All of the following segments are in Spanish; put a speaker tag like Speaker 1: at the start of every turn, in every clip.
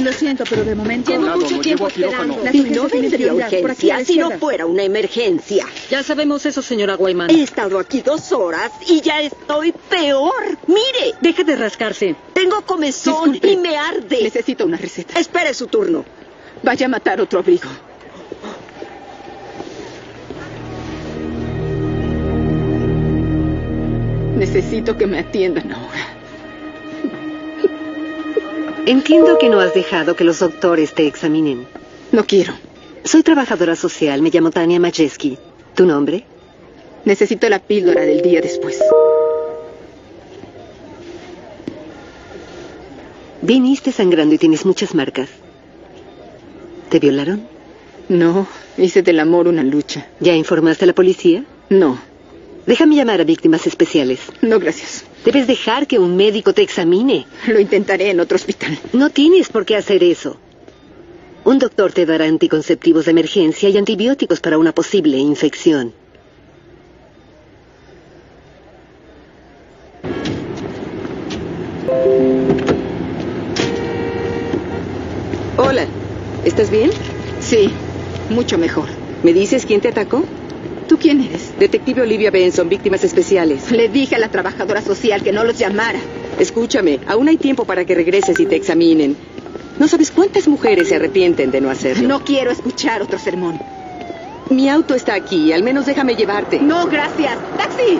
Speaker 1: Lo siento, pero de momento...
Speaker 2: Llevo
Speaker 3: Colado,
Speaker 2: mucho
Speaker 3: lo
Speaker 2: tiempo
Speaker 3: llevo a quirófano.
Speaker 2: esperando.
Speaker 3: Y
Speaker 1: Las
Speaker 3: no
Speaker 1: mujeres tienen
Speaker 3: vendría
Speaker 1: prioridad, por aquí
Speaker 3: urgencia
Speaker 1: les
Speaker 3: si no
Speaker 1: queda.
Speaker 3: fuera una emergencia.
Speaker 2: Ya sabemos eso, señora Guayman.
Speaker 3: He estado aquí dos horas y ya estoy peor. Mire,
Speaker 2: Deje de rascarse.
Speaker 3: tengo comezón
Speaker 1: Disculpe.
Speaker 3: y me arde.
Speaker 1: Necesito una receta.
Speaker 3: Espere su turno.
Speaker 1: Vaya a matar otro abrigo. Necesito que me atiendan ahora.
Speaker 4: Entiendo que no has dejado que los doctores te examinen.
Speaker 1: No quiero.
Speaker 4: Soy trabajadora social, me llamo Tania Majeski. ¿Tu nombre?
Speaker 1: Necesito la píldora del día después.
Speaker 4: Viniste sangrando y tienes muchas marcas. ¿Te violaron?
Speaker 1: No, hice del amor una lucha.
Speaker 4: ¿Ya informaste a la policía?
Speaker 1: No,
Speaker 4: Déjame llamar a víctimas especiales.
Speaker 1: no gracias.
Speaker 4: Debes dejar que un médico te examine.
Speaker 1: Lo intentaré en otro hospital.
Speaker 4: No tienes por qué hacer eso. Un doctor te dará anticonceptivos de emergencia y antibióticos para una posible infección.
Speaker 5: Hola, ¿estás bien?
Speaker 1: Sí, mucho mejor.
Speaker 5: ¿Me dices quién te atacó?
Speaker 1: ¿Tú quién eres?
Speaker 5: Detective Olivia Benson, víctimas especiales.
Speaker 1: Le dije a la trabajadora social que no los llamara.
Speaker 5: Escúchame, aún hay tiempo para que regreses y te examinen. No sabes cuántas mujeres se arrepienten de no hacerlo.
Speaker 1: No quiero escuchar otro sermón.
Speaker 5: Mi auto está aquí, al menos déjame llevarte.
Speaker 1: No, gracias. ¡Taxi!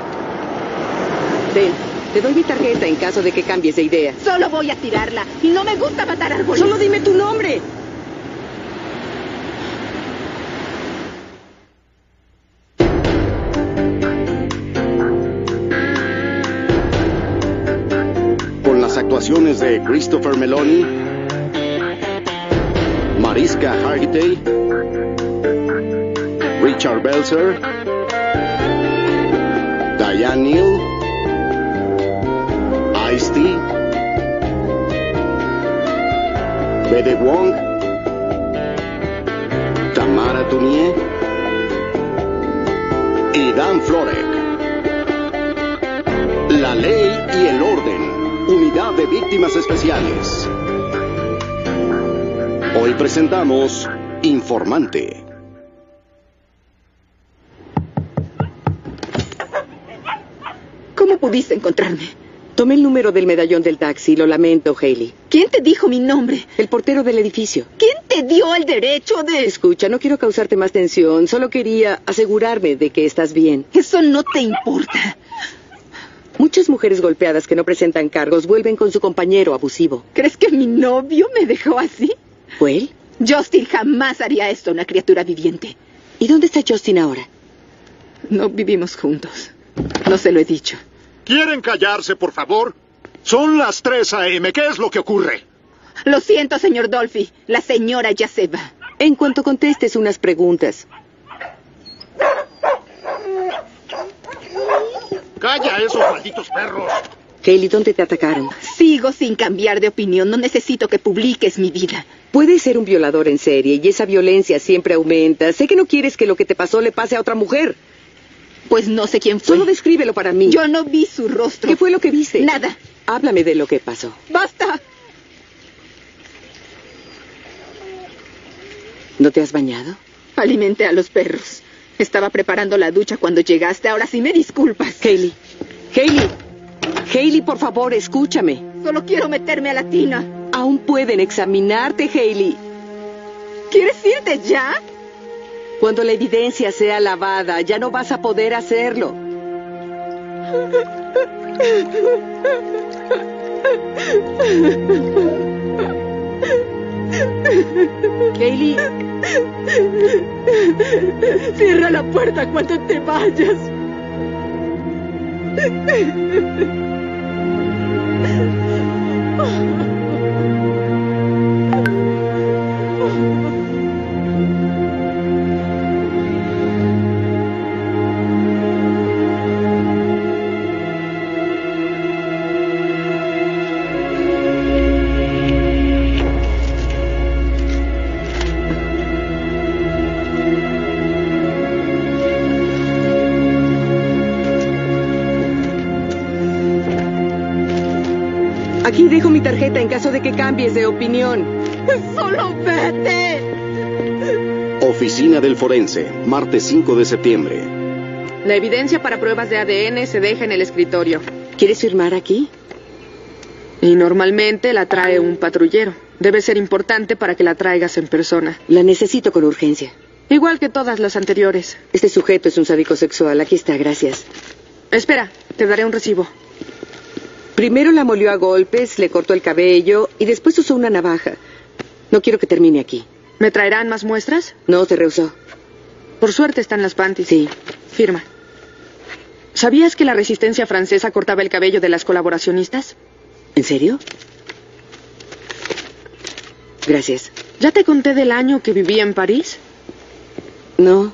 Speaker 5: Ten, te doy mi tarjeta en caso de que cambies de idea.
Speaker 1: Solo voy a tirarla. Y no me gusta matar árboles.
Speaker 5: Solo dime tu nombre.
Speaker 6: Con las actuaciones de Christopher Meloni, Mariska Hargitay, Richard Belzer, Diane Neal, Ice-T, Bede Wong, Tamara Tunie y Dan Florek. La ley y el orden. Unidad de Víctimas Especiales. Hoy presentamos Informante.
Speaker 1: ¿Cómo pudiste encontrarme?
Speaker 5: Tomé el número del medallón del taxi, lo lamento, Haley.
Speaker 1: ¿Quién te dijo mi nombre?
Speaker 5: El portero del edificio.
Speaker 1: ¿Quién te dio el derecho de...?
Speaker 5: Escucha, no quiero causarte más tensión, solo quería asegurarme de que estás bien.
Speaker 1: Eso no te importa.
Speaker 5: Muchas mujeres golpeadas que no presentan cargos vuelven con su compañero abusivo.
Speaker 1: ¿Crees que mi novio me dejó así?
Speaker 5: ¿Fue él?
Speaker 1: Justin jamás haría esto a una criatura viviente.
Speaker 5: ¿Y dónde está Justin ahora?
Speaker 1: No vivimos juntos. No se lo he dicho.
Speaker 7: ¿Quieren callarse, por favor? Son las 3 a.m. ¿Qué es lo que ocurre?
Speaker 1: Lo siento, señor Dolphy. La señora ya se va.
Speaker 5: En cuanto contestes unas preguntas.
Speaker 7: Calla a esos malditos perros.
Speaker 5: Haley, ¿dónde te atacaron?
Speaker 1: Sigo sin cambiar de opinión. No necesito que publiques mi vida.
Speaker 5: Puedes ser un violador en serie y esa violencia siempre aumenta. Sé que no quieres que lo que te pasó le pase a otra mujer.
Speaker 1: Pues no sé quién fue.
Speaker 5: Solo descríbelo para mí.
Speaker 1: Yo no vi su rostro.
Speaker 5: ¿Qué fue lo que viste?
Speaker 1: Nada.
Speaker 5: Háblame de lo que pasó.
Speaker 1: ¡Basta!
Speaker 5: ¿No te has bañado?
Speaker 1: Alimenté a los perros. Estaba preparando la ducha cuando llegaste. Ahora sí me disculpas.
Speaker 5: Haley. Haley. Haley, por favor, escúchame.
Speaker 1: Solo quiero meterme a la tina.
Speaker 5: Aún pueden examinarte, Haley.
Speaker 1: ¿Quieres irte ya?
Speaker 5: Cuando la evidencia sea lavada, ya no vas a poder hacerlo. Haley,
Speaker 1: Cierra la puerta cuando te vayas.
Speaker 5: Aquí dejo mi tarjeta en caso de que cambies de opinión.
Speaker 1: Pues
Speaker 8: ¡Solo vete!
Speaker 6: Oficina del Forense, martes 5 de septiembre.
Speaker 8: La evidencia para pruebas de ADN se deja en el escritorio.
Speaker 5: ¿Quieres firmar aquí?
Speaker 8: Y normalmente la trae un patrullero. Debe ser importante para que la traigas en persona.
Speaker 5: La necesito con urgencia.
Speaker 8: Igual que todas las anteriores.
Speaker 5: Este sujeto es un sádico sexual. Aquí está, gracias.
Speaker 8: Espera, te daré un recibo.
Speaker 5: Primero la molió a golpes, le cortó el cabello y después usó una navaja. No quiero que termine aquí.
Speaker 8: ¿Me traerán más muestras?
Speaker 5: No, se rehusó.
Speaker 8: Por suerte están las panties.
Speaker 5: Sí.
Speaker 8: Firma. ¿Sabías que la resistencia francesa cortaba el cabello de las colaboracionistas?
Speaker 5: ¿En serio? Gracias.
Speaker 8: ¿Ya te conté del año que viví en París?
Speaker 5: No.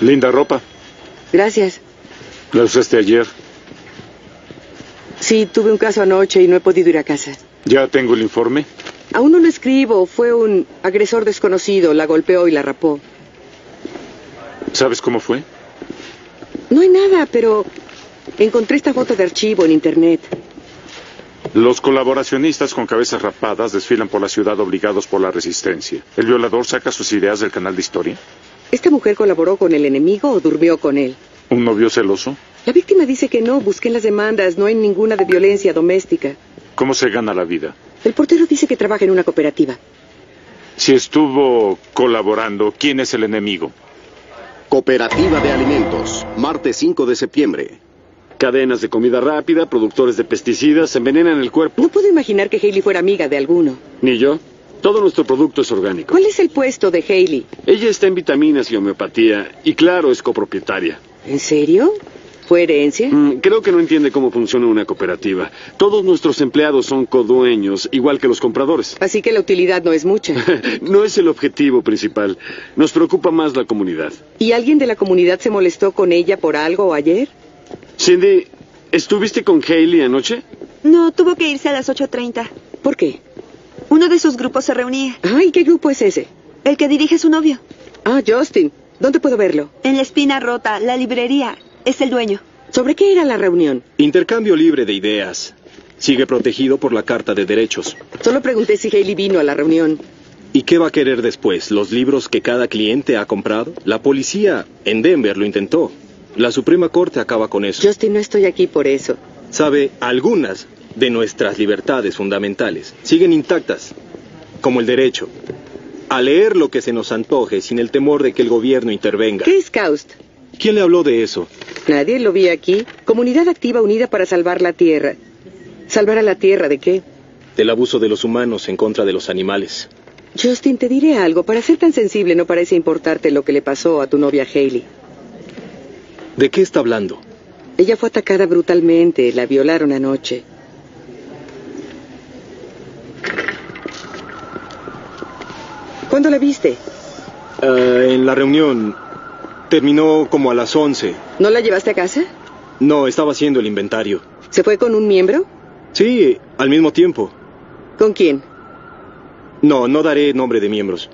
Speaker 7: Linda ropa.
Speaker 5: Gracias.
Speaker 7: La usaste ayer.
Speaker 5: Sí, tuve un caso anoche y no he podido ir a casa.
Speaker 7: Ya tengo el informe.
Speaker 5: Aún no lo escribo. Fue un agresor desconocido. La golpeó y la rapó.
Speaker 7: ¿Sabes cómo fue?
Speaker 5: No hay nada, pero encontré esta foto de archivo en internet.
Speaker 7: Los colaboracionistas con cabezas rapadas desfilan por la ciudad obligados por la resistencia. El violador saca sus ideas del canal de historia.
Speaker 5: ¿Esta mujer colaboró con el enemigo o durmió con él?
Speaker 7: ¿Un novio celoso?
Speaker 5: La víctima dice que no. Busqué en las demandas. No hay ninguna de violencia doméstica.
Speaker 7: ¿Cómo se gana la vida?
Speaker 5: El portero dice que trabaja en una cooperativa.
Speaker 7: Si estuvo colaborando, ¿quién es el enemigo?
Speaker 6: Cooperativa de Alimentos, martes 5 de septiembre.
Speaker 9: Cadenas de comida rápida, productores de pesticidas, envenenan el cuerpo.
Speaker 5: No puedo imaginar que Haley fuera amiga de alguno.
Speaker 9: Ni yo. Todo nuestro producto es orgánico.
Speaker 5: ¿Cuál es el puesto de Haley?
Speaker 9: Ella está en vitaminas y homeopatía y claro, es copropietaria.
Speaker 5: ¿En serio? ¿Fue herencia?
Speaker 9: Mm, creo que no entiende cómo funciona una cooperativa. Todos nuestros empleados son codueños, igual que los compradores.
Speaker 5: Así que la utilidad no es mucha.
Speaker 9: No es el objetivo principal. Nos preocupa más la comunidad.
Speaker 5: ¿Y alguien de la comunidad se molestó con ella por algo ayer?
Speaker 9: Cindy, ¿estuviste con Haley anoche?
Speaker 10: No, tuvo que irse a las 8.30.
Speaker 5: ¿Por qué?
Speaker 10: Uno de sus grupos se reunía.
Speaker 5: Ay, ¿qué grupo es ese?
Speaker 10: El que dirige su novio.
Speaker 5: Ah, Justin. ¿Dónde puedo verlo?
Speaker 10: En la espina rota, la librería. Es el dueño.
Speaker 5: ¿Sobre qué era la reunión?
Speaker 11: Intercambio libre de ideas. Sigue protegido por la Carta de Derechos.
Speaker 5: Solo pregunté si Haley vino a la reunión.
Speaker 11: ¿Y qué va a querer después? ¿Los libros que cada cliente ha comprado? La policía en Denver lo intentó. La Suprema Corte acaba con eso.
Speaker 5: Justin, no estoy aquí por eso.
Speaker 11: Sabe, algunas de nuestras libertades fundamentales siguen intactas, como el derecho a leer lo que se nos antoje sin el temor de que el gobierno intervenga.
Speaker 5: ¿Qué es Caust?
Speaker 11: ¿Quién le habló de eso?
Speaker 5: Nadie lo vi aquí. Comunidad activa unida para salvar la tierra. ¿Salvar a la tierra de qué?
Speaker 11: Del abuso de los humanos en contra de los animales.
Speaker 5: Justin, te diré algo. Para ser tan sensible no parece importarte lo que le pasó a tu novia Haley.
Speaker 11: ¿De qué está hablando?
Speaker 5: Ella fue atacada brutalmente. La violaron anoche. ¿Cuándo la viste?
Speaker 11: Ah, en la reunión terminó como a las 11.
Speaker 5: ¿No la llevaste a casa?
Speaker 11: No, estaba haciendo el inventario.
Speaker 5: ¿Se fue con un miembro?
Speaker 11: Sí, al mismo tiempo.
Speaker 5: ¿Con quién?
Speaker 11: No, no daré nombre de miembros.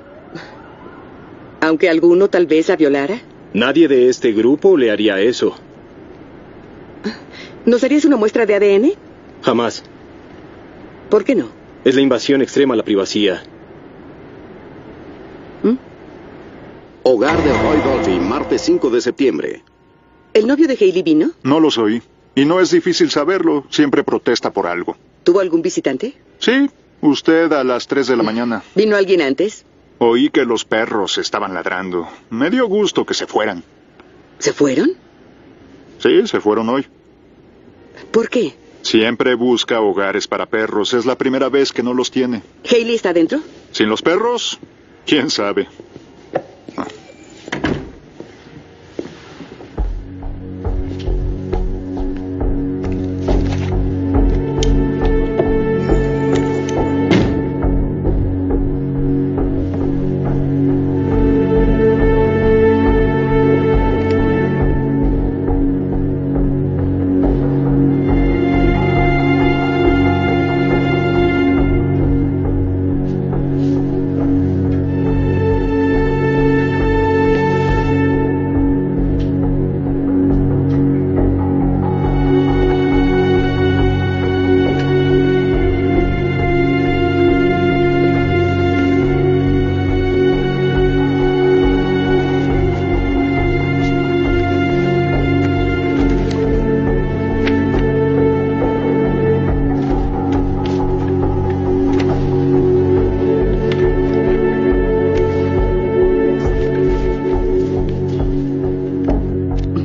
Speaker 5: Aunque alguno tal vez la violara.
Speaker 11: Nadie de este grupo le haría eso.
Speaker 5: ¿Nos harías una muestra de ADN?
Speaker 11: Jamás.
Speaker 5: ¿Por qué no?
Speaker 11: Es la invasión extrema a la privacidad.
Speaker 6: Hogar de Roy Dolphy, martes 5 de septiembre.
Speaker 5: ¿El novio de Haley vino?
Speaker 7: No lo soy. Y no es difícil saberlo. Siempre protesta por algo.
Speaker 5: ¿Tuvo algún visitante?
Speaker 7: Sí, usted a las 3 de la mañana.
Speaker 5: ¿Vino alguien antes?
Speaker 7: Oí que los perros estaban ladrando. Me dio gusto que se fueran.
Speaker 5: ¿Se fueron?
Speaker 7: Sí, se fueron hoy.
Speaker 5: ¿Por qué?
Speaker 7: Siempre busca hogares para perros. Es la primera vez que no los tiene.
Speaker 5: ¿Haley está adentro?
Speaker 7: Sin los perros, quién sabe.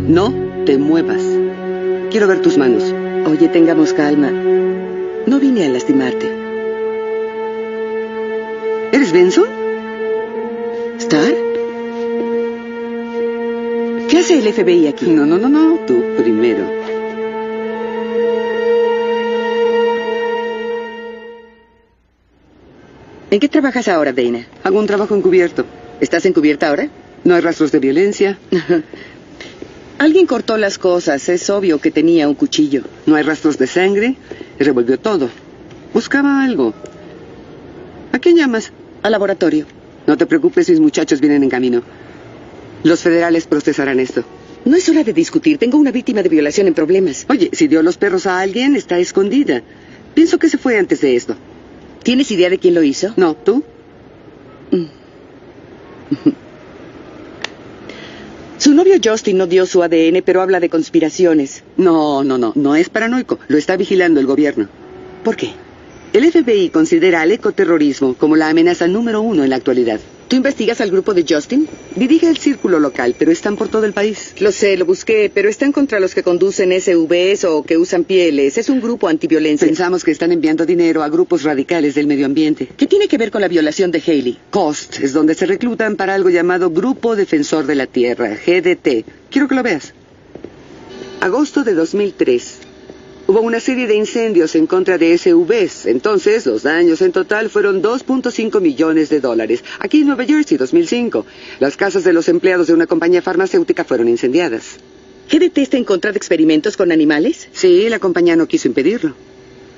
Speaker 5: No te muevas. Quiero ver tus manos.
Speaker 12: Oye, tengamos calma. No vine a lastimarte.
Speaker 5: ¿Eres Benson?
Speaker 12: ¿Star? ¿Qué hace el FBI aquí?
Speaker 5: No, no, no, no. Tú primero.
Speaker 12: ¿En qué trabajas ahora, Dana?
Speaker 5: Hago un trabajo encubierto.
Speaker 12: ¿Estás encubierta ahora?
Speaker 5: No hay rastros de violencia.
Speaker 12: Alguien cortó las cosas. Es obvio que tenía un cuchillo.
Speaker 5: No hay rastros de sangre. Revolvió todo. Buscaba algo. ¿A quién llamas?
Speaker 12: Al laboratorio.
Speaker 5: No te preocupes, mis muchachos vienen en camino. Los federales procesarán esto.
Speaker 12: No es hora de discutir. Tengo una víctima de violación en problemas.
Speaker 5: Oye, si dio los perros a alguien, está escondida. Pienso que se fue antes de esto.
Speaker 12: ¿Tienes idea de quién lo hizo?
Speaker 5: No, ¿tú?
Speaker 12: Su novio Justin no dio su ADN, pero habla de conspiraciones.
Speaker 5: No, no, no. No es paranoico. Lo está vigilando el gobierno.
Speaker 12: ¿Por qué?
Speaker 5: El FBI considera al ecoterrorismo como la amenaza número uno en la actualidad.
Speaker 12: ¿Tú investigas al grupo de Justin?
Speaker 5: Dirige el círculo local, pero están por todo el país.
Speaker 12: Lo sé, lo busqué, pero están contra los que conducen SUVs o que usan pieles. Es un grupo antiviolencia.
Speaker 5: Pensamos que están enviando dinero a grupos radicales del medio ambiente.
Speaker 12: ¿Qué tiene que ver con la violación de Haley?
Speaker 5: COST es donde se reclutan para algo llamado Grupo Defensor de la Tierra, GDT. Quiero que lo veas. Agosto de 2003. Hubo una serie de incendios en contra de SUVs. Entonces, los daños en total fueron 2.5 millones de dólares. Aquí en Nueva Jersey, 2005. Las casas de los empleados de una compañía farmacéutica fueron incendiadas.
Speaker 12: ¿Qué detesta encontrar experimentos con animales?
Speaker 5: Sí, la compañía no quiso impedirlo.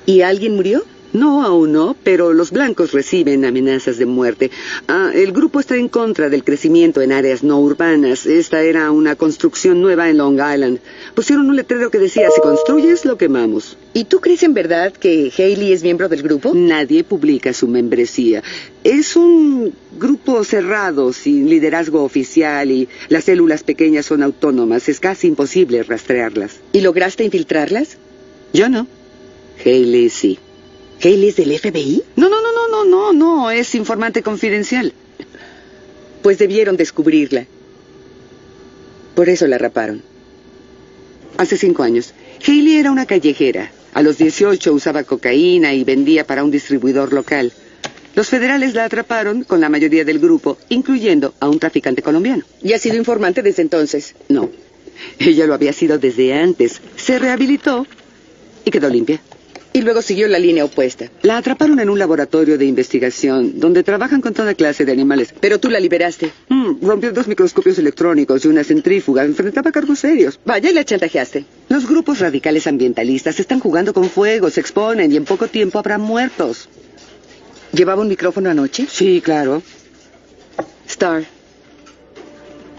Speaker 12: ¿Y alguien murió?
Speaker 5: No, aún no, pero los blancos reciben amenazas de muerte. Ah, el grupo está en contra del crecimiento en áreas no urbanas. Esta era una construcción nueva en Long Island. Pusieron un letrero que decía, si construyes, lo quemamos.
Speaker 12: ¿Y tú crees en verdad que Haley es miembro del grupo?
Speaker 5: Nadie publica su membresía. Es un grupo cerrado, sin liderazgo oficial y las células pequeñas son autónomas. Es casi imposible rastrearlas.
Speaker 12: ¿Y lograste infiltrarlas?
Speaker 5: Yo no. Haley sí.
Speaker 12: ¿Haley es del FBI?
Speaker 5: No, no, no, no, no, no, no, es informante confidencial.
Speaker 12: Pues debieron descubrirla. Por eso la raparon.
Speaker 5: Hace cinco años. Haley era una callejera. A los 18 usaba cocaína y vendía para un distribuidor local. Los federales la atraparon con la mayoría del grupo, incluyendo a un traficante colombiano.
Speaker 12: ¿Y ha sido informante desde entonces?
Speaker 5: No. Ella lo había sido desde antes. Se rehabilitó y quedó limpia.
Speaker 12: Y luego siguió la línea opuesta.
Speaker 5: La atraparon en un laboratorio de investigación donde trabajan con toda clase de animales.
Speaker 12: Pero tú la liberaste.
Speaker 5: Mm, rompió dos microscopios electrónicos y una centrífuga. Enfrentaba cargos serios.
Speaker 12: Vaya, y la chantajeaste.
Speaker 5: Los grupos radicales ambientalistas están jugando con fuego, se exponen y en poco tiempo habrá muertos.
Speaker 12: ¿Llevaba un micrófono anoche?
Speaker 5: Sí, claro.
Speaker 12: Star.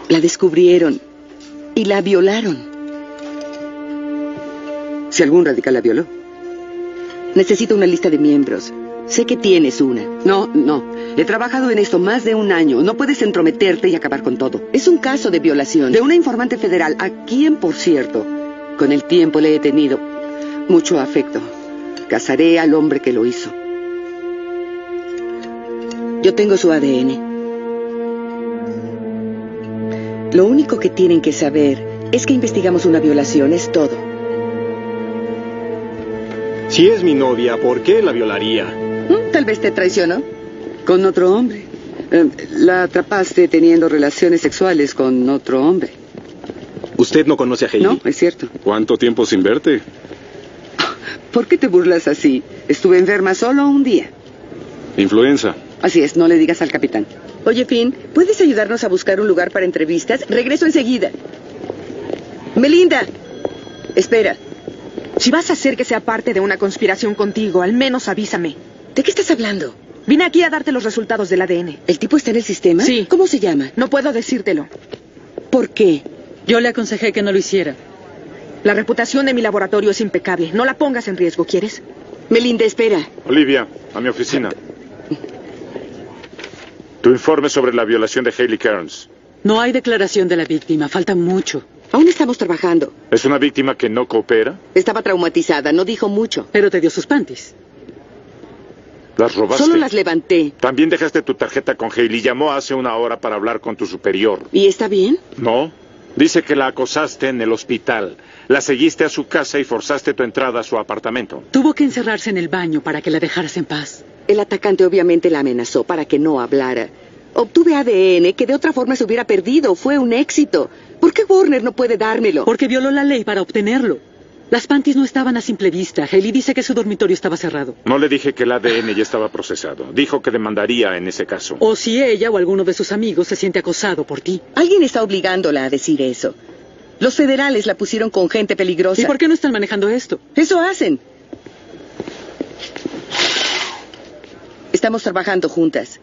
Speaker 12: La descubrieron y la violaron.
Speaker 5: Si algún radical la violó.
Speaker 12: Necesito una lista de miembros. Sé que tienes una.
Speaker 5: No, no. He trabajado en esto más de un año. No puedes entrometerte y acabar con todo.
Speaker 12: Es un caso de violación.
Speaker 5: De una informante federal, a quien, por cierto, con el tiempo le he tenido mucho afecto. Casaré al hombre que lo hizo.
Speaker 12: Yo tengo su ADN. Lo único que tienen que saber es que investigamos una violación, es todo.
Speaker 11: Si es mi novia, ¿por qué la violaría?
Speaker 5: Mm,
Speaker 12: Tal vez te traicionó.
Speaker 5: Con otro hombre. Eh, la atrapaste teniendo relaciones sexuales con otro hombre.
Speaker 11: ¿Usted no conoce a Haley?
Speaker 5: No, es cierto.
Speaker 13: ¿Cuánto tiempo sin verte?
Speaker 5: ¿Por qué te burlas así? Estuve enferma solo un día.
Speaker 13: Influenza.
Speaker 5: Así es, no le digas al capitán.
Speaker 12: Oye, Finn, ¿puedes ayudarnos a buscar un lugar para entrevistas? Regreso enseguida. Melinda, espera.
Speaker 8: Si vas a hacer que sea parte de una conspiración contigo, al menos avísame.
Speaker 12: ¿De qué estás hablando?
Speaker 8: Vine aquí a darte los resultados del ADN.
Speaker 12: ¿El tipo está en el sistema?
Speaker 8: Sí.
Speaker 12: ¿Cómo se llama?
Speaker 8: No puedo decírtelo.
Speaker 12: ¿Por qué?
Speaker 14: Yo le aconsejé que no lo hiciera.
Speaker 8: La reputación de mi laboratorio es impecable. No la pongas en riesgo, ¿quieres?
Speaker 12: Melinda, espera.
Speaker 13: Olivia, a mi oficina. Tu informe sobre la violación de Haley Kearns.
Speaker 14: No hay declaración de la víctima. Falta mucho.
Speaker 12: Aún estamos trabajando.
Speaker 13: ¿Es una víctima que no coopera?
Speaker 12: Estaba traumatizada, no dijo mucho.
Speaker 14: Pero te dio sus panties.
Speaker 13: ¿Las robaste?
Speaker 12: Solo las levanté.
Speaker 13: También dejaste tu tarjeta con Haley. Llamó hace una hora para hablar con tu superior.
Speaker 12: ¿Y está bien?
Speaker 13: No. Dice que la acosaste en el hospital, la seguiste a su casa y forzaste tu entrada a su apartamento.
Speaker 14: Tuvo que encerrarse en el baño para que la dejaras en paz.
Speaker 15: El atacante obviamente la amenazó para que no hablara. Obtuve ADN que de otra forma se hubiera perdido. Fue un éxito. ¿Por qué Warner no puede dármelo?
Speaker 14: Porque violó la ley para obtenerlo. Las panties no estaban a simple vista. Haley dice que su dormitorio estaba cerrado.
Speaker 13: No le dije que el ADN ya estaba procesado. Dijo que demandaría en ese caso.
Speaker 14: O si e-, ella o alguno de sus amigos se siente acosado por ti.
Speaker 12: Alguien está obligándola a decir eso. Los federales la pusieron con gente peligrosa.
Speaker 14: ¿Y por qué no están manejando esto?
Speaker 12: Eso hacen. Estamos trabajando juntas.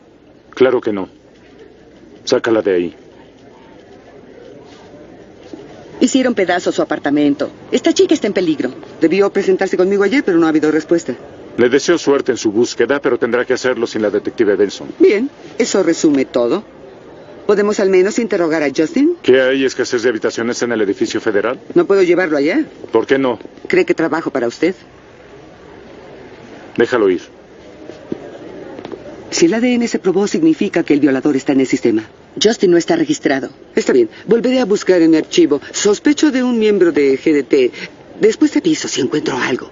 Speaker 13: Claro que no. Sácala de ahí.
Speaker 12: Hicieron pedazo su apartamento. Esta chica está en peligro.
Speaker 5: Debió presentarse conmigo ayer, pero no ha habido respuesta.
Speaker 13: Le deseo suerte en su búsqueda, pero tendrá que hacerlo sin la detective Benson.
Speaker 5: Bien, eso resume todo. ¿Podemos al menos interrogar a Justin?
Speaker 13: ¿Qué hay escasez de habitaciones en el edificio federal?
Speaker 5: No puedo llevarlo allá.
Speaker 13: ¿Por qué no?
Speaker 5: ¿Cree que trabajo para usted?
Speaker 13: Déjalo ir.
Speaker 5: Si el ADN se probó, significa que el violador está en el sistema.
Speaker 12: Justin no está registrado.
Speaker 5: Está bien, volveré a buscar en mi archivo. Sospecho de un miembro de GDT. Después te aviso si encuentro algo.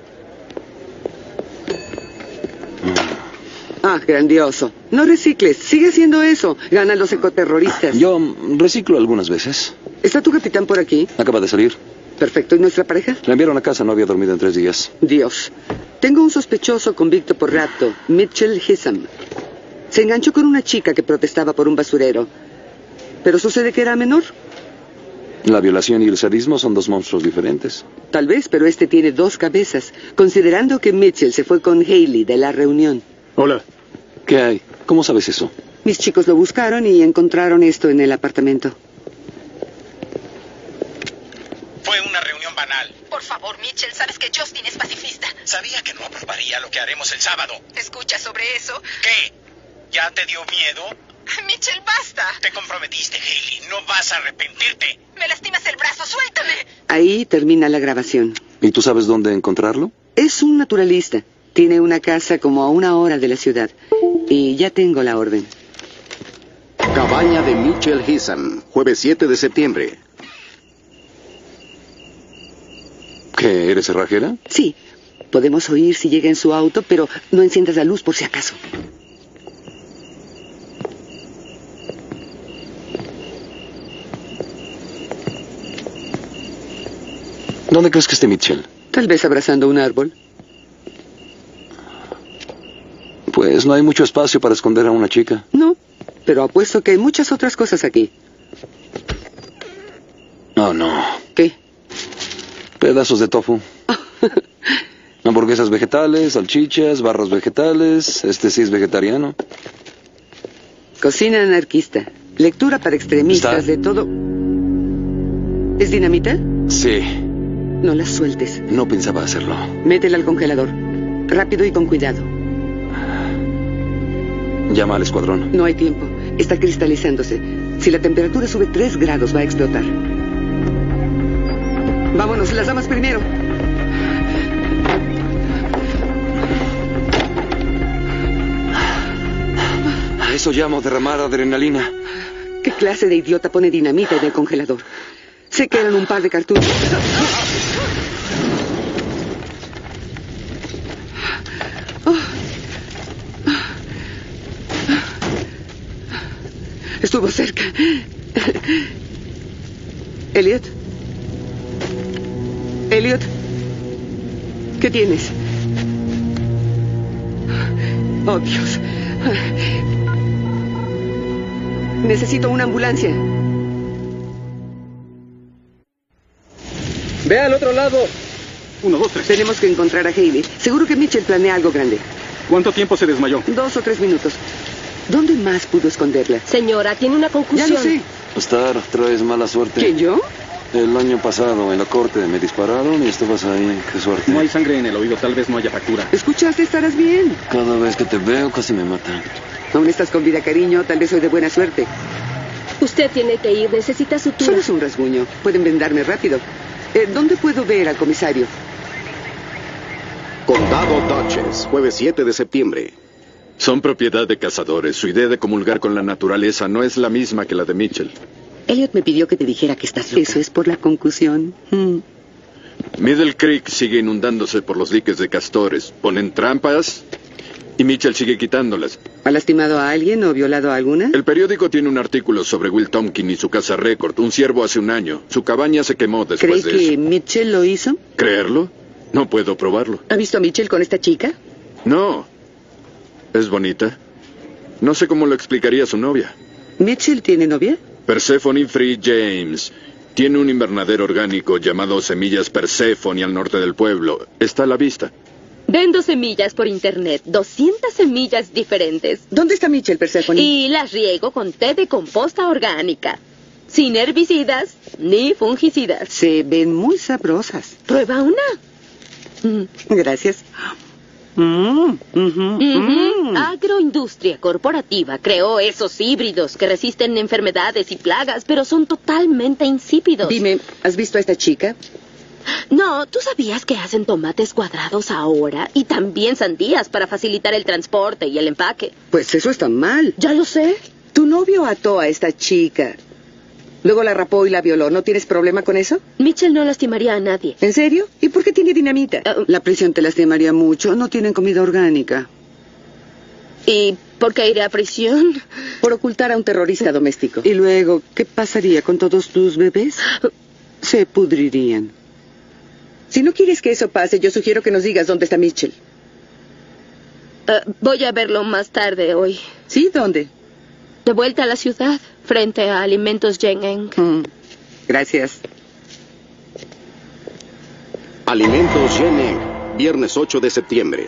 Speaker 5: Ah, grandioso. No recicles, sigue haciendo eso. Ganan los ecoterroristas.
Speaker 16: Yo reciclo algunas veces.
Speaker 5: ¿Está tu capitán por aquí?
Speaker 16: Acaba de salir.
Speaker 5: Perfecto, ¿y nuestra pareja?
Speaker 16: La enviaron a casa, no había dormido en tres días.
Speaker 5: Dios. Tengo un sospechoso convicto por rapto, Mitchell Hissam. Se enganchó con una chica que protestaba por un basurero. Pero sucede que era menor.
Speaker 16: La violación y el sadismo son dos monstruos diferentes.
Speaker 5: Tal vez, pero este tiene dos cabezas, considerando que Mitchell se fue con Haley de la reunión.
Speaker 16: Hola. ¿Qué hay? ¿Cómo sabes eso?
Speaker 5: Mis chicos lo buscaron y encontraron esto en el apartamento.
Speaker 17: Fue una reunión banal.
Speaker 18: Por favor, Mitchell, sabes que Justin es pacifista.
Speaker 17: Sabía que no aprobaría lo que haremos el sábado.
Speaker 18: Escucha sobre eso.
Speaker 17: ¿Qué? ¿Ya te dio miedo?
Speaker 18: Mitchell, basta.
Speaker 17: Te comprometiste, Haley. No vas a arrepentirte.
Speaker 18: Me lastimas el brazo, suéltame.
Speaker 5: Ahí termina la grabación.
Speaker 16: ¿Y tú sabes dónde encontrarlo?
Speaker 5: Es un naturalista. Tiene una casa como a una hora de la ciudad. Y ya tengo la orden.
Speaker 6: Cabaña de Mitchell Hissam, jueves 7 de septiembre.
Speaker 16: ¿Qué? ¿Eres herrajera?
Speaker 5: Sí. Podemos oír si llega en su auto, pero no enciendas la luz por si acaso.
Speaker 16: ¿Dónde crees que esté Mitchell?
Speaker 5: Tal vez abrazando un árbol.
Speaker 16: Pues no hay mucho espacio para esconder a una chica.
Speaker 5: No, pero apuesto que hay muchas otras cosas aquí.
Speaker 16: No, no.
Speaker 5: ¿Qué?
Speaker 16: Pedazos de tofu. Hamburguesas vegetales, salchichas, barras vegetales. Este sí es vegetariano.
Speaker 5: Cocina anarquista. Lectura para extremistas
Speaker 16: Está-
Speaker 5: de todo. ¿Es dinamita?
Speaker 16: Sí,
Speaker 5: No la sueltes.
Speaker 16: no pensaba hacerlo.
Speaker 5: Métela al congelador. Rápido y con cuidado.
Speaker 16: Llama al escuadrón.
Speaker 5: No hay tiempo. Está cristalizándose. Si la temperatura sube 3 grados, va a explotar. Vámonos, las damas primero.
Speaker 16: A eso llamo derramar adrenalina.
Speaker 5: ¿Qué clase de idiota pone dinamita en el congelador? Sé que eran un par de cartuchos. Oh. Estuvo cerca. Elliot. Elliot. ¿Qué tienes? Oh, Dios. Necesito una ambulancia.
Speaker 11: Ve al otro lado.
Speaker 9: Uno, dos, tres.
Speaker 5: Tenemos que encontrar a Haley. Seguro que Mitchell planea algo grande.
Speaker 9: ¿Cuánto tiempo se desmayó?
Speaker 5: Dos o tres minutos. ¿Dónde más pudo esconderla?
Speaker 19: Señora, tiene una
Speaker 5: Ya
Speaker 19: concusión.
Speaker 5: lo sé.
Speaker 16: Star, traes mala suerte.
Speaker 5: ¿Quién, yo?
Speaker 16: El año pasado, en la corte, me dispararon y estabas ahí. Qué suerte.
Speaker 11: No hay sangre en el oído, tal vez no haya factura.
Speaker 5: Escuchaste, estarás bien.
Speaker 16: Cada vez que te veo, casi me matan.
Speaker 5: Aún estás con vida, cariño. Tal vez soy de buena suerte.
Speaker 19: Usted tiene que ir, necesita sutura.
Speaker 5: Solo es un rasguño. Pueden vendarme rápido. Eh, ¿Dónde puedo ver al comisario?
Speaker 6: Condado Dodges, jueves 7 de septiembre.
Speaker 20: Son propiedad de cazadores. Su idea de comulgar con la naturaleza no es la misma que la de Mitchell.
Speaker 4: Elliot me pidió que te dijera que estás loca.
Speaker 5: Eso es por la concusión. Mm.
Speaker 20: Middle Creek sigue inundándose por los diques de castores. Ponen trampas y Mitchell sigue quitándolas.
Speaker 5: ¿Ha lastimado a alguien o violado a alguna?
Speaker 20: El periódico tiene un artículo sobre Will Tompkin y su casa récord. Un ciervo hace un año. Su cabaña se quemó después
Speaker 5: ¿Cree
Speaker 20: de
Speaker 5: que
Speaker 20: eso.
Speaker 5: Mitchell lo hizo?
Speaker 20: ¿Creerlo? No puedo probarlo.
Speaker 12: ¿Ha visto a Mitchell con esta chica?
Speaker 20: No. Es bonita. No sé cómo lo explicaría a su novia.
Speaker 5: ¿Mitchell tiene novia?
Speaker 20: Persephone Free James. Tiene un invernadero orgánico llamado Semillas Persephone al norte del pueblo. Está a la vista.
Speaker 3: Vendo semillas por internet, 200 semillas diferentes.
Speaker 12: ¿Dónde está Mitchell Persephone?
Speaker 3: Y las riego con té de composta orgánica. Sin herbicidas ni fungicidas.
Speaker 5: Se ven muy sabrosas.
Speaker 3: Prueba una.
Speaker 5: Gracias. Mm, ujú,
Speaker 3: Ujú.
Speaker 5: mm.
Speaker 3: Agroindustria corporativa creó esos híbridos que resisten enfermedades y plagas, pero son totalmente insípidos.
Speaker 12: Dime, ¿has visto a esta chica?
Speaker 3: No, ¿tú sabías que hacen tomates cuadrados ahora? Y también sandías para facilitar el transporte y el empaque.
Speaker 12: Pues eso está mal.
Speaker 3: Ya lo sé.
Speaker 12: Tu novio ató a esta chica. Luego la rapó y la violó. ¿No tienes problema con eso?
Speaker 3: Mitchell no lastimaría a nadie. Ah, uh.
Speaker 12: ¿En serio? ¿Y por qué tiene dinamita?
Speaker 5: La prisión te lastimaría mucho. No tienen comida orgánica.
Speaker 3: ¿Y por qué iré a prisión?
Speaker 12: Por ocultar a un terrorista doméstico.
Speaker 5: Y luego, ¿qué pasaría con todos tus bebés? Se pudrirían.
Speaker 12: Si no quieres que eso pase, yo sugiero que nos digas dónde está Mitchell.
Speaker 3: Eh, voy a verlo más tarde hoy.
Speaker 12: ¿Sí? ¿Dónde?
Speaker 3: De vuelta a la ciudad, frente a Alimentos Yen
Speaker 12: Mm.
Speaker 5: Gracias.
Speaker 6: Alimentos Yenek, viernes 8 de septiembre.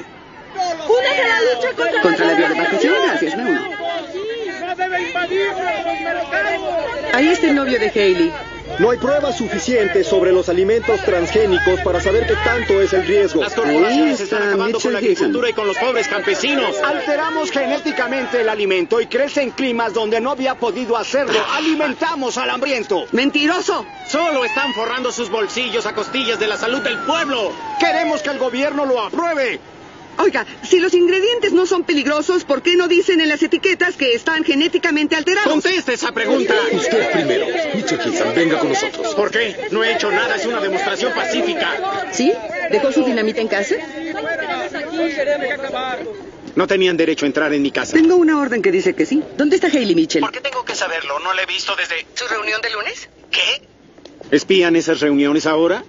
Speaker 18: ¡Únete a la lucha contra,
Speaker 5: Contra la
Speaker 12: violación, gracias,
Speaker 5: no.
Speaker 17: ¡No debe invadirnos los mercados!
Speaker 12: Ahí está el novio de Haley.
Speaker 21: No hay pruebas suficientes sobre los alimentos transgénicos para saber qué tanto es el riesgo.
Speaker 22: Las corporaciones están
Speaker 5: Ahí está
Speaker 22: acabando con la
Speaker 5: Mitchell Hickson.
Speaker 22: agricultura y con los pobres campesinos.
Speaker 21: Alteramos genéticamente el alimento y crece en climas donde no había podido hacerlo. Alimentamos al hambriento.
Speaker 12: ¡Mentiroso!
Speaker 22: Solo están forrando sus bolsillos a costillas de la salud del pueblo.
Speaker 21: Queremos que el gobierno lo apruebe.
Speaker 12: Oiga, si los ingredientes no son peligrosos, ¿por qué no dicen en las etiquetas que están genéticamente alterados?
Speaker 22: Conteste esa pregunta.
Speaker 16: Usted primero. Mitchell Hickson, venga con nosotros.
Speaker 22: ¿Por qué? No he hecho nada, es una demostración pacífica.
Speaker 12: ¿Sí? ¿Dejó su dinamita en casa?
Speaker 22: No tenían derecho a entrar en mi casa.
Speaker 5: Tengo una orden que dice que sí.
Speaker 12: ¿Dónde está Haley Mitchell?
Speaker 17: ¿Por qué tengo que saberlo? No la he visto desde...
Speaker 12: ¿Su reunión de lunes?
Speaker 17: ¿Qué?
Speaker 22: ¿Espían esas reuniones ahora?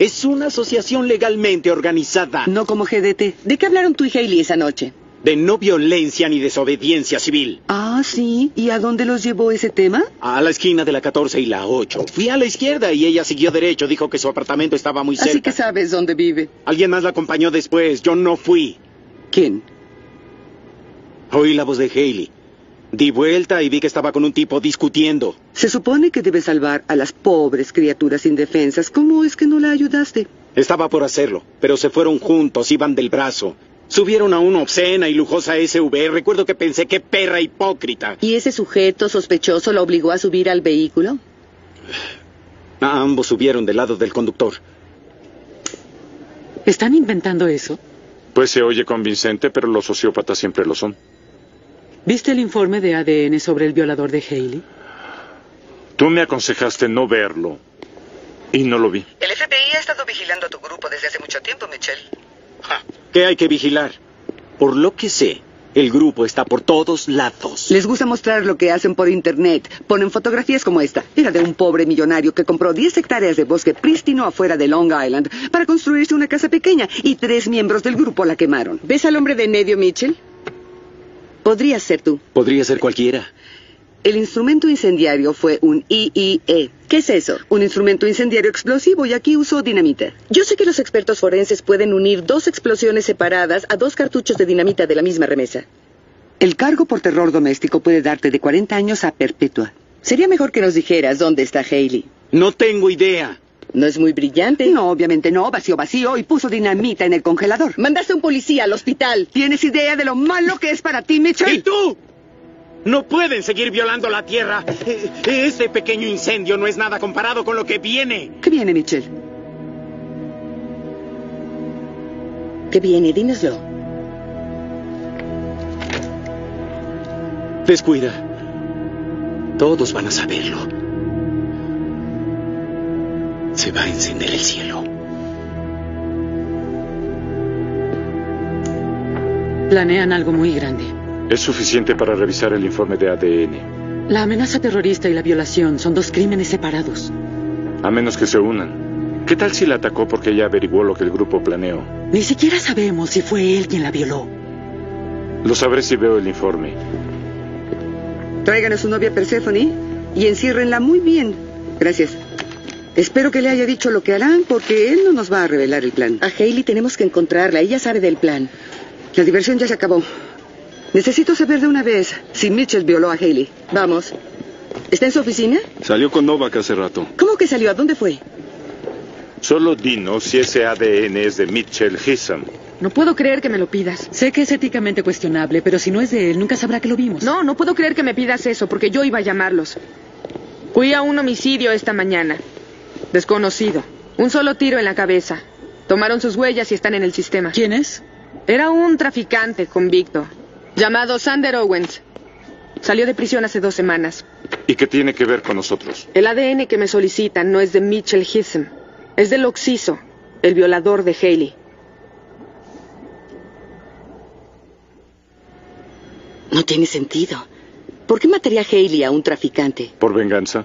Speaker 22: Es una asociación legalmente organizada
Speaker 5: No como GDT.
Speaker 12: ¿De qué hablaron tú y Haley esa noche?
Speaker 22: de no violencia ni desobediencia civil.
Speaker 5: Ah, sí. ¿Y a dónde los llevó ese tema?
Speaker 22: A la esquina de la 14 y la 8. Fui a la izquierda y ella siguió derecho. Dijo que su apartamento estaba muy
Speaker 5: Así
Speaker 22: cerca.
Speaker 5: que sabes dónde vive.
Speaker 22: Alguien más la acompañó después. Yo no fui.
Speaker 5: ¿Quién?
Speaker 22: Oí la voz de Haley. Di vuelta y vi que estaba con un tipo discutiendo.
Speaker 5: Se supone que debe salvar a las pobres criaturas indefensas. ¿Cómo es que no la ayudaste?
Speaker 22: Estaba por hacerlo, pero se fueron juntos, iban del brazo. Subieron a una obscena y lujosa SUV. Recuerdo que pensé que perra hipócrita.
Speaker 12: ¿Y ese sujeto sospechoso la obligó a subir al vehículo?
Speaker 22: Ah, ambos subieron del lado del conductor.
Speaker 14: ¿Están inventando eso?
Speaker 13: Pues se oye convincente, pero los sociópatas siempre lo son.
Speaker 14: ¿Viste el informe de ADN sobre el violador de Haley?
Speaker 13: Tú me aconsejaste no verlo. Y no lo vi.
Speaker 5: El FBI ha estado vigilando a tu grupo desde hace mucho tiempo, Michelle.
Speaker 22: ¿Qué hay que vigilar? Por lo que sé, el grupo está por todos lados.
Speaker 5: Les gusta mostrar lo que hacen por internet. Ponen fotografías como esta. Era de un pobre millonario que compró 10 hectáreas de bosque prístino afuera de Long Island para construirse una casa pequeña y tres miembros del grupo la quemaron.
Speaker 12: ¿Ves al hombre de en medio, Mitchell? Podría ser tú.
Speaker 22: Podría ser cualquiera.
Speaker 5: El instrumento incendiario fue un E. IIE,
Speaker 12: ¿Qué es eso?
Speaker 5: un instrumento incendiario explosivo y aquí usó dinamita.
Speaker 12: Yo sé que los expertos forenses pueden unir dos explosiones separadas a dos cartuchos de dinamita de la misma remesa.
Speaker 5: El cargo por terror doméstico puede darte de 40 años a perpetua.
Speaker 12: Sería mejor que nos dijeras dónde está Haley.
Speaker 22: No tengo idea.
Speaker 12: No es muy brillante.
Speaker 5: No, obviamente no, vacío, vacío, y puso dinamita en el congelador.
Speaker 12: Mandaste a un policía al hospital.
Speaker 5: ¿Tienes idea de lo malo que es para ti, Mitchell?
Speaker 22: ¿Y tú? No pueden seguir violando la tierra. Eh, Este pequeño incendio no es nada comparado con lo que viene.
Speaker 5: ¿Qué viene, Mitchell?
Speaker 12: ¿Qué viene? Dínoslo.
Speaker 22: Descuida. Todos van a saberlo. Se va a encender el cielo.
Speaker 14: Planean algo muy grande.
Speaker 13: Es suficiente para revisar el informe de ADN,
Speaker 14: La amenaza terrorista y la violación son dos crímenes separados.
Speaker 13: a menos que se unan. ¿Qué tal si la atacó porque ella averiguó lo que el grupo planeó?
Speaker 14: Ni siquiera sabemos si fue él quien la violó.
Speaker 13: Lo sabré si veo el informe.
Speaker 5: Traigan a su novia Persephone y enciérrenla muy bien. Gracias. Espero que le haya dicho lo que harán porque él no nos va a revelar el plan. A Haley tenemos que encontrarla. Ella sabe del plan. La diversión ya se acabó. Necesito saber de una vez si Mitchell violó a Haley. Vamos.
Speaker 12: ¿Está en su oficina?
Speaker 16: Salió con Novak hace rato.
Speaker 12: ¿Cómo que salió? ¿A dónde fue?
Speaker 13: Solo dinos si ese ADN es de Mitchell Hissam.
Speaker 8: No puedo creer que me lo pidas.
Speaker 14: Sé que es éticamente cuestionable, pero si no es de él, nunca sabrá que lo vimos.
Speaker 8: No, no puedo creer que me pidas eso, porque yo iba a llamarlos. Fui a un homicidio esta mañana. Desconocido. Un solo tiro en la cabeza. Tomaron sus huellas y están en el sistema.
Speaker 14: ¿Quién es?
Speaker 8: Era un traficante convicto, llamado Sander Owens. Salió de prisión hace dos semanas.
Speaker 13: ¿Y qué tiene que ver con nosotros?
Speaker 8: El ADN que me solicitan no es de Mitchell Hissam, es del Oxiso, el violador de Haley.
Speaker 15: No tiene sentido. ¿Por qué mataría a Haley a un traficante?
Speaker 13: ¿Por venganza?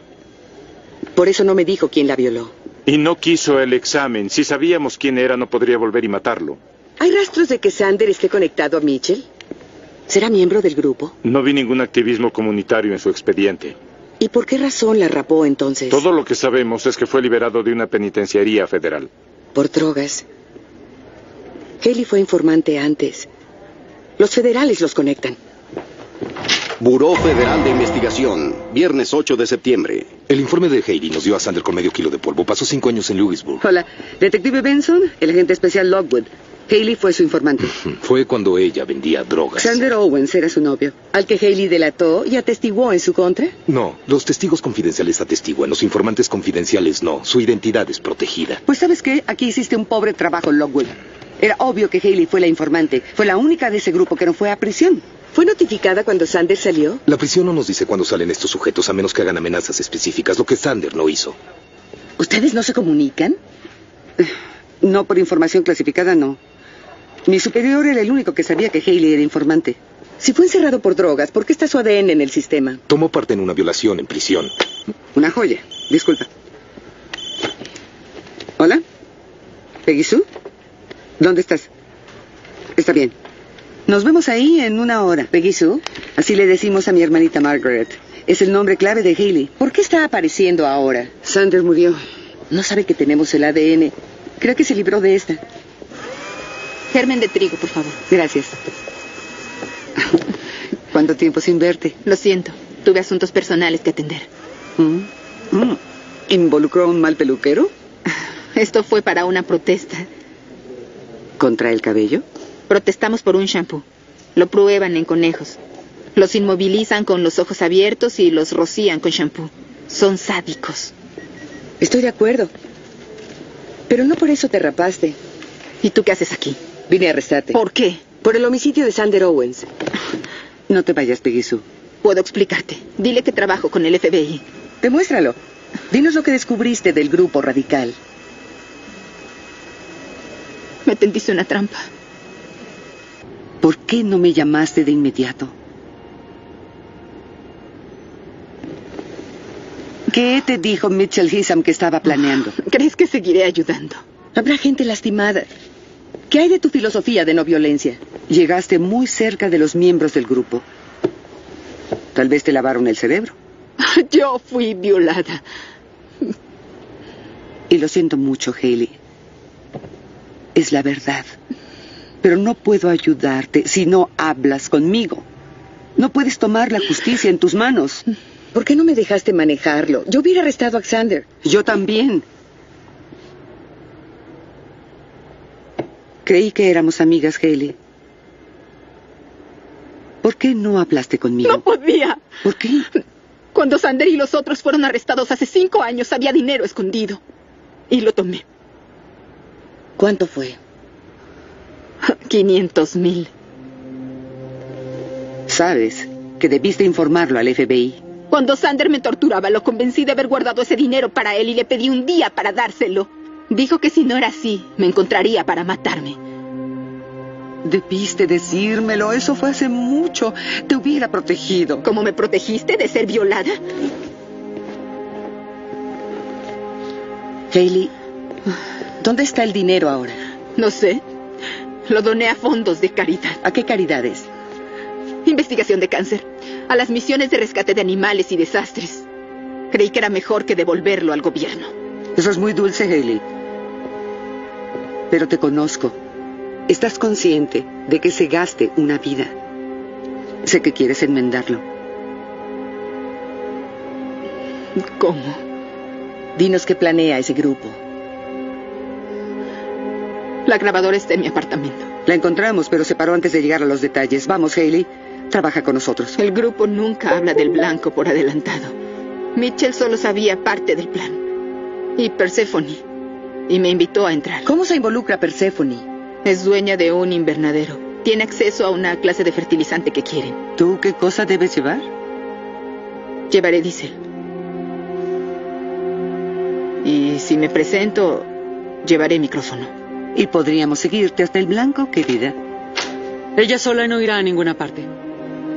Speaker 15: Por eso no me dijo quién la violó.
Speaker 13: Y no quiso el examen. Si sabíamos quién era, no podría volver y matarlo.
Speaker 15: ¿Hay rastros de que Sander esté conectado a Mitchell? ¿Será miembro del grupo?
Speaker 13: No vi ningún activismo comunitario en su expediente.
Speaker 15: ¿Y por qué razón la rapó entonces?
Speaker 13: Todo lo que sabemos es que fue liberado de una penitenciaría federal.
Speaker 15: Por drogas. Haley fue informante antes. Los federales los conectan.
Speaker 6: Buró Federal de Investigación, viernes 8 de septiembre.
Speaker 23: El informe de Haley nos dio a Sander con medio kilo de polvo. Pasó cinco años en Louisburg.
Speaker 5: Hola, detective Benson, el agente especial Lockwood. Haley fue su informante.
Speaker 23: Hmm, Fue cuando ella vendía
Speaker 15: Pues
Speaker 23: drogas.
Speaker 5: Sander Owens era su novio.
Speaker 12: ¿Al que Haley delató y atestiguó en su contra?
Speaker 23: No, los testigos confidenciales atestiguan, los informantes confidenciales no. Su identidad es protegida.
Speaker 5: Pues sabes qué, aquí hiciste un pobre trabajo, Lockwood. Era obvio que Haley fue la informante. Fue la única de ese grupo que no fue a prisión.
Speaker 12: ¿Fue notificada cuando Sander salió?
Speaker 23: La prisión no nos dice cuándo salen estos sujetos a menos que hagan amenazas específicas, lo que Sander no hizo.
Speaker 12: ¿Ustedes no se comunican?
Speaker 5: No por información clasificada, no. Mi superior era el único que sabía que Haley era informante.
Speaker 12: Si fue encerrado por drogas, ¿por qué está su ADN en el sistema?
Speaker 23: Tomó parte en una violación en prisión.
Speaker 5: Una joya. Disculpa. ¿Hola? ¿Peggy Sue? ¿Dónde estás? Está bien. Nos vemos ahí en una hora. Peggy Sue, así le decimos a mi hermanita Margaret. Es el nombre clave de Haley.
Speaker 12: ¿Por qué está apareciendo ahora?
Speaker 5: Sander murió.
Speaker 12: No sabe que tenemos el ADN. Creo que se libró de esta.
Speaker 5: Germen de trigo, por favor. Gracias. ¿Cuánto tiempo sin verte?
Speaker 24: Lo siento, tuve asuntos personales que atender.
Speaker 5: Mm. Mm. ¿Involucró a un mal peluquero?
Speaker 24: Esto fue para una protesta.
Speaker 5: ¿Contra el cabello?
Speaker 24: Protestamos por un shampoo. Lo prueban en conejos. Los inmovilizan con los ojos abiertos y los rocían con shampoo. Son sádicos.
Speaker 12: Estoy de acuerdo. Pero no por eso te rapaste.
Speaker 24: ¿Y tú qué haces aquí?
Speaker 12: Vine a arrestarte.
Speaker 24: ¿Por qué?
Speaker 12: Por el homicidio de Sander Owens.
Speaker 5: No te vayas, Peggy Sue.
Speaker 24: Puedo explicarte. Dile que trabajo con el FBI.
Speaker 12: Demuéstralo. Dinos lo que descubriste del grupo radical.
Speaker 24: Me tendiste una trampa.
Speaker 5: ¿Por qué no me llamaste de inmediato? ¿Qué te dijo Mitchell Hissam que estaba planeando?
Speaker 24: ¿Crees que seguiré ayudando?
Speaker 12: Habrá gente lastimada. ¿Qué hay de tu filosofía de no violencia?
Speaker 5: Llegaste muy cerca de los miembros del grupo. Tal vez te lavaron el cerebro.
Speaker 24: Yo fui violada.
Speaker 5: Y lo siento mucho, Haley. Es la verdad. Pero no puedo ayudarte si no hablas conmigo. No puedes tomar la justicia en tus manos.
Speaker 12: ¿Por qué no me dejaste manejarlo? Yo hubiera arrestado a Xander.
Speaker 5: Yo también. Creí que éramos amigas, Haley. ¿Por qué no hablaste conmigo?
Speaker 24: No podía.
Speaker 5: ¿Por qué?
Speaker 24: Cuando Sander y los otros fueron arrestados hace cinco años, había dinero escondido. Y lo tomé.
Speaker 12: ¿Cuánto fue?
Speaker 24: 500 mil.
Speaker 5: Sabes que debiste informarlo al FBI.
Speaker 1: Cuando Sander me torturaba, lo convencí de haber guardado ese dinero para él y le pedí un día para dárselo. Dijo que si no era así, me encontraría para matarme.
Speaker 5: Debiste decírmelo, eso fue hace mucho. Te hubiera protegido.
Speaker 1: ¿Cómo me protegiste de ser violada?
Speaker 5: Hailey, ¿dónde está el dinero ahora?
Speaker 1: No sé. Lo doné a fondos de caridad.
Speaker 5: ¿A qué caridades?
Speaker 1: Investigación de cáncer. A las misiones de rescate de animales y desastres. Creí que era mejor que devolverlo al gobierno.
Speaker 5: Eso es muy dulce, Haley. Pero te conozco. Estás consciente de que se gaste una vida. Sé que quieres enmendarlo.
Speaker 1: ¿Cómo?
Speaker 5: Dinos qué planea ese grupo.
Speaker 1: La grabadora está en mi apartamento.
Speaker 5: La encontramos, pero se paró antes de llegar a los detalles. Vamos, Haley. Trabaja con nosotros.
Speaker 1: El grupo nunca habla del blanco por adelantado. Mitchell solo sabía parte del plan. Y Persephone. Y me invitó a entrar.
Speaker 5: ¿Cómo se involucra Persephone?
Speaker 1: Es dueña de un invernadero. Tiene acceso a una clase de fertilizante que quieren.
Speaker 5: ¿Tú qué cosa debes llevar?
Speaker 1: Llevaré diésel. Y si me presento, llevaré micrófono.
Speaker 5: Y podríamos seguirte hasta el blanco, querida.
Speaker 14: Ella sola no irá a ninguna parte.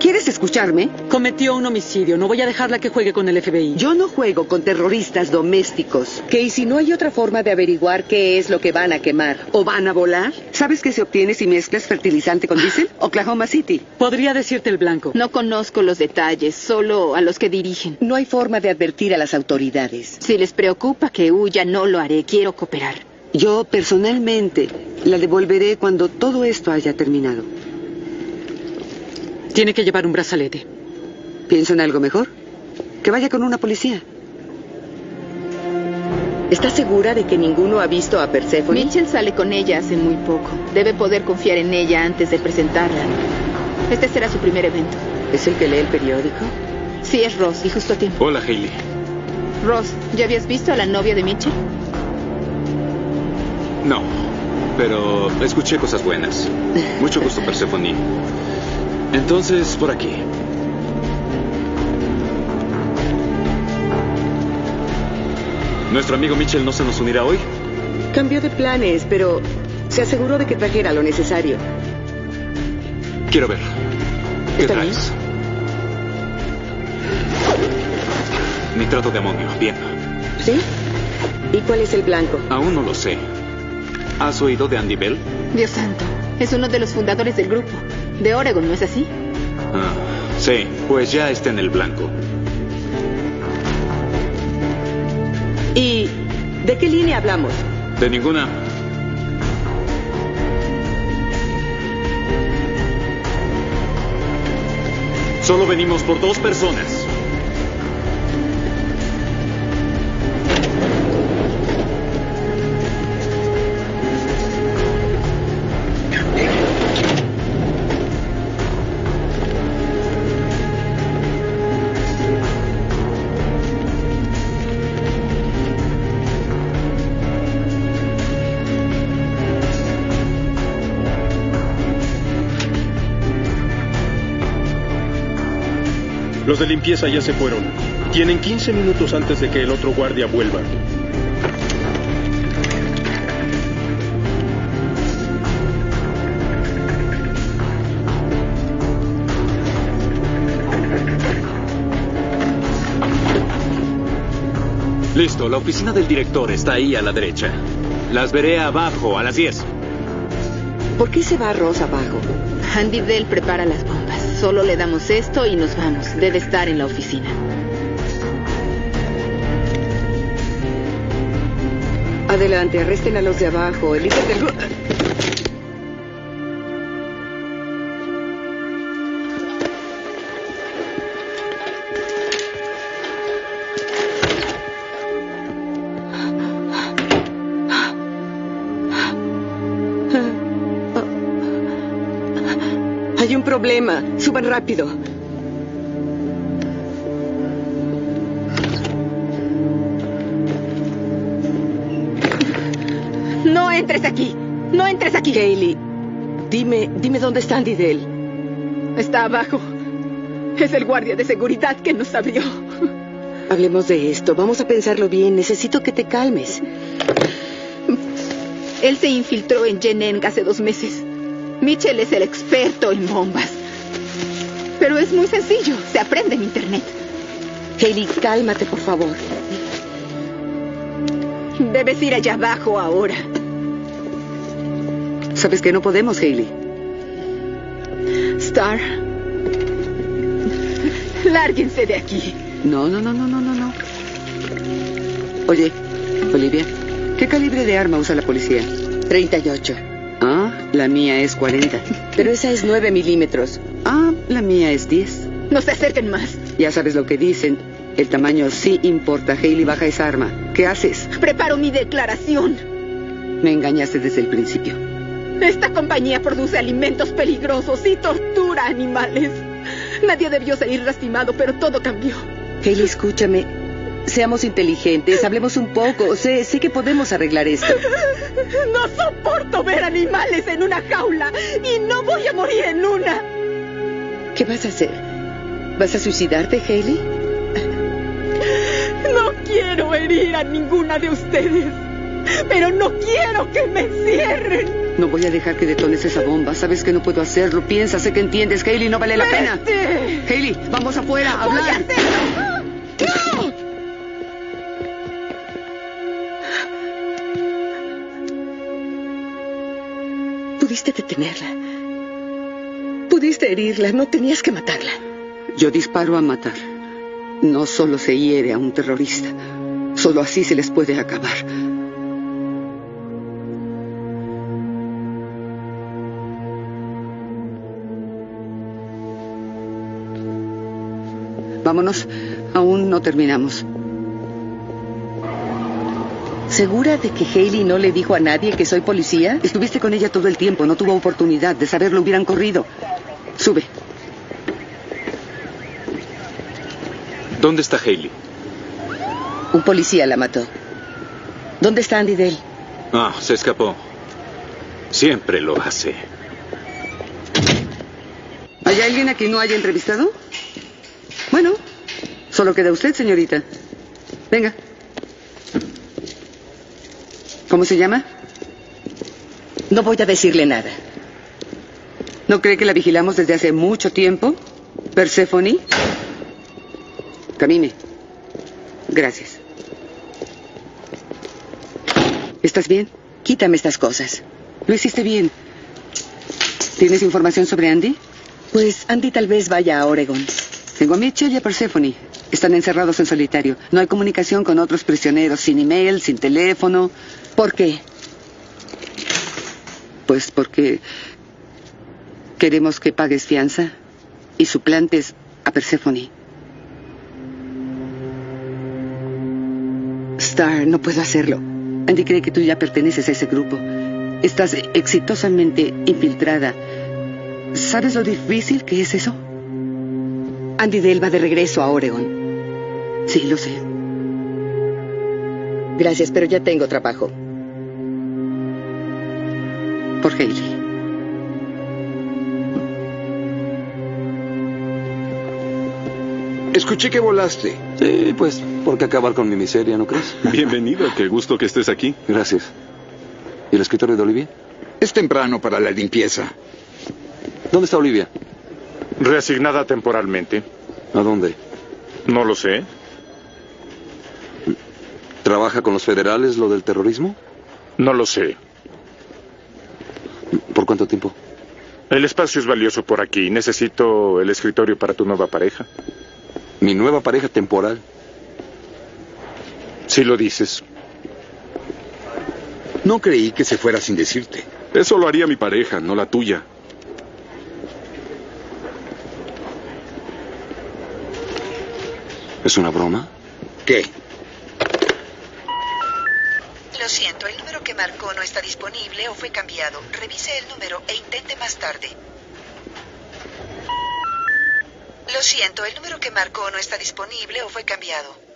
Speaker 5: ¿Quieres escucharme?
Speaker 14: Cometió un homicidio. No voy a dejarla que juegue con el FBI.
Speaker 5: Yo no juego con terroristas domésticos.
Speaker 12: ¿Qué y si no hay otra forma de averiguar qué es lo que van a quemar?
Speaker 5: ¿O van a volar? ¿Sabes qué se obtiene si mezclas fertilizante con diésel? Oklahoma City.
Speaker 14: Podría decirte el blanco.
Speaker 1: No conozco los detalles, solo a los que dirigen.
Speaker 12: No hay forma de advertir a las autoridades.
Speaker 1: Si les preocupa que huya, no lo haré. Quiero cooperar.
Speaker 5: Yo personalmente la devolveré cuando todo esto haya terminado.
Speaker 14: Tiene que llevar un brazalete.
Speaker 5: ¿Pienso en algo mejor? Que vaya con una policía.
Speaker 12: ¿Estás segura de que ninguno ha visto a Persephone?
Speaker 1: Mitchell sale con ella hace muy poco. Debe poder confiar en ella antes de presentarla. Este será su primer evento.
Speaker 12: ¿Es el que lee el periódico?
Speaker 1: Sí, es Ross, y justo a tiempo.
Speaker 13: Hola, Hailey.
Speaker 1: Ross, ¿ya habías visto a la novia de Mitchell?
Speaker 13: No, pero escuché cosas buenas. Mucho gusto, Persephone. Entonces, por aquí. ¿Nuestro amigo Mitchell no se nos unirá hoy?
Speaker 12: Cambió de planes, pero se aseguró de que trajera lo necesario.
Speaker 13: Quiero ver. ¿Qué
Speaker 12: ¿Está
Speaker 13: traes? Nitrato de amonio, bien.
Speaker 12: ¿Sí? ¿Y cuál es el blanco?
Speaker 13: Aún no lo sé. ¿Has oído de Andy Bell?
Speaker 1: Dios santo, es uno de los fundadores del grupo. De Oregon, ¿no es así?
Speaker 13: Ah, sí, pues ya está en el blanco.
Speaker 12: ¿Y de qué línea hablamos?
Speaker 13: De ninguna. Solo venimos por dos personas.
Speaker 25: Los de limpieza ya se fueron. Tienen 15 minutos antes de que el otro guardia vuelva.
Speaker 13: Listo, la oficina del director está ahí a la derecha. Las veré abajo, a las 10.
Speaker 12: ¿Por qué se va Ross abajo?
Speaker 1: Andy Bell prepara las bombas. Solo le damos esto y nos vamos. Debe estar en la oficina.
Speaker 12: Adelante, arresten a los de abajo. El líder del grupo. Hay un problema. Suban rápido.
Speaker 1: No entres aquí. No entres aquí.
Speaker 12: Kaylee, dime, dime dónde está Andy Dell.
Speaker 1: Está abajo. Es el guardia de seguridad que nos abrió.
Speaker 15: Hablemos de esto. Vamos a pensarlo bien. Necesito que te calmes.
Speaker 1: Él se infiltró en Jeneng hace dos meses. Mitchell es el experto en bombas. Pero es muy sencillo. Se aprende en Internet.
Speaker 15: Haley, cálmate, por favor.
Speaker 1: Debes ir allá abajo ahora.
Speaker 5: Sabes que no podemos, Haley.
Speaker 1: Star. Lárguense de aquí.
Speaker 5: No, no, no, no, no, no, no. Oye, Olivia, ¿qué calibre de arma usa la policía?
Speaker 15: 38.
Speaker 5: Ah, la mía es 40.
Speaker 15: Pero esa es 9 milímetros.
Speaker 5: Ah, la mía es 10.
Speaker 1: No se acerquen más.
Speaker 5: Ya sabes lo que dicen. El tamaño sí importa. Haley, baja esa arma. ¿Qué haces?
Speaker 1: Preparo mi declaración.
Speaker 5: Me engañaste desde el principio.
Speaker 1: Esta compañía produce alimentos peligrosos y tortura a animales. Nadie debió salir lastimado, pero todo cambió.
Speaker 15: Haley, escúchame. Seamos inteligentes, hablemos un poco. Sé, sé que podemos arreglar esto.
Speaker 1: No soporto ver animales en una jaula y no voy a morir en una.
Speaker 15: ¿Qué vas a hacer? ¿Vas a suicidarte, Haley?
Speaker 1: No quiero herir a ninguna de ustedes, pero no quiero que me cierren.
Speaker 5: No voy a dejar que detones esa bomba. Sabes que no puedo hacerlo. Piensa, sé que entiendes. Haley, no vale la
Speaker 1: ¡Vete!
Speaker 5: pena. Haley, vamos afuera a
Speaker 1: Voy a
Speaker 5: hablar.
Speaker 1: hacerlo.
Speaker 15: Pudiste detenerla. Pudiste herirla. No tenías que matarla.
Speaker 5: Yo disparo a matar. No solo se hiere a un terrorista. Solo así se les puede acabar. Vámonos. Aún no terminamos.
Speaker 15: ¿Segura de que Haley no le dijo a nadie que soy policía?
Speaker 5: Estuviste con ella todo el tiempo. No tuvo oportunidad de saberlo. Hubieran corrido. Sube.
Speaker 13: ¿Dónde está Haley?
Speaker 15: Un policía la mató. ¿Dónde está Andy Dell?
Speaker 13: Ah, se escapó. Siempre lo hace.
Speaker 5: ¿Hay alguien a quien no haya entrevistado? Bueno, solo queda usted, señorita. Venga. ¿Cómo se llama?
Speaker 15: No voy a decirle nada.
Speaker 5: ¿No cree que la vigilamos desde hace mucho tiempo? Persephone. Camine. Gracias. ¿Estás bien?
Speaker 15: Quítame estas cosas.
Speaker 5: Lo hiciste bien. ¿Tienes información sobre Andy?
Speaker 15: Pues Andy tal vez vaya a Oregon.
Speaker 5: Tengo a Mitchell y a Persephone. Están encerrados en solitario. No hay comunicación con otros prisioneros, sin email, sin teléfono.
Speaker 15: ¿Por qué?
Speaker 5: Pues porque queremos que pagues fianza y suplantes a Persephone. Star, no puedo hacerlo. Andy cree que tú ya perteneces a ese grupo. Estás exitosamente infiltrada. ¿Sabes lo difícil que es eso?
Speaker 15: Andy Dell va de regreso a Oregon.
Speaker 5: Sí, lo sé.
Speaker 15: Gracias, pero ya tengo trabajo.
Speaker 5: Por Haley.
Speaker 16: Escuché que volaste. Sí, pues, ¿por qué acabar con mi miseria, no crees?
Speaker 13: Bienvenido, qué gusto que estés aquí.
Speaker 16: Gracias. ¿Y el escritorio de Olivia?
Speaker 9: Es temprano para la limpieza.
Speaker 16: ¿Dónde está Olivia?
Speaker 13: Reasignada temporalmente.
Speaker 16: ¿A dónde?
Speaker 13: No lo sé.
Speaker 16: ¿Trabaja con los federales lo del terrorismo?
Speaker 13: No lo sé.
Speaker 16: ¿Por cuánto tiempo?
Speaker 13: El espacio es valioso por aquí. Necesito el escritorio para tu nueva pareja.
Speaker 16: Mi nueva pareja temporal.
Speaker 13: Si lo dices.
Speaker 9: No creí que se fuera sin decirte.
Speaker 13: Eso lo haría mi pareja, no la tuya.
Speaker 16: ¿Es una broma?
Speaker 9: ¿Qué?
Speaker 11: Lo siento, el número que marcó no está disponible o fue cambiado. Revise el número e intente más tarde. Lo siento, el número que marcó no está disponible o fue cambiado.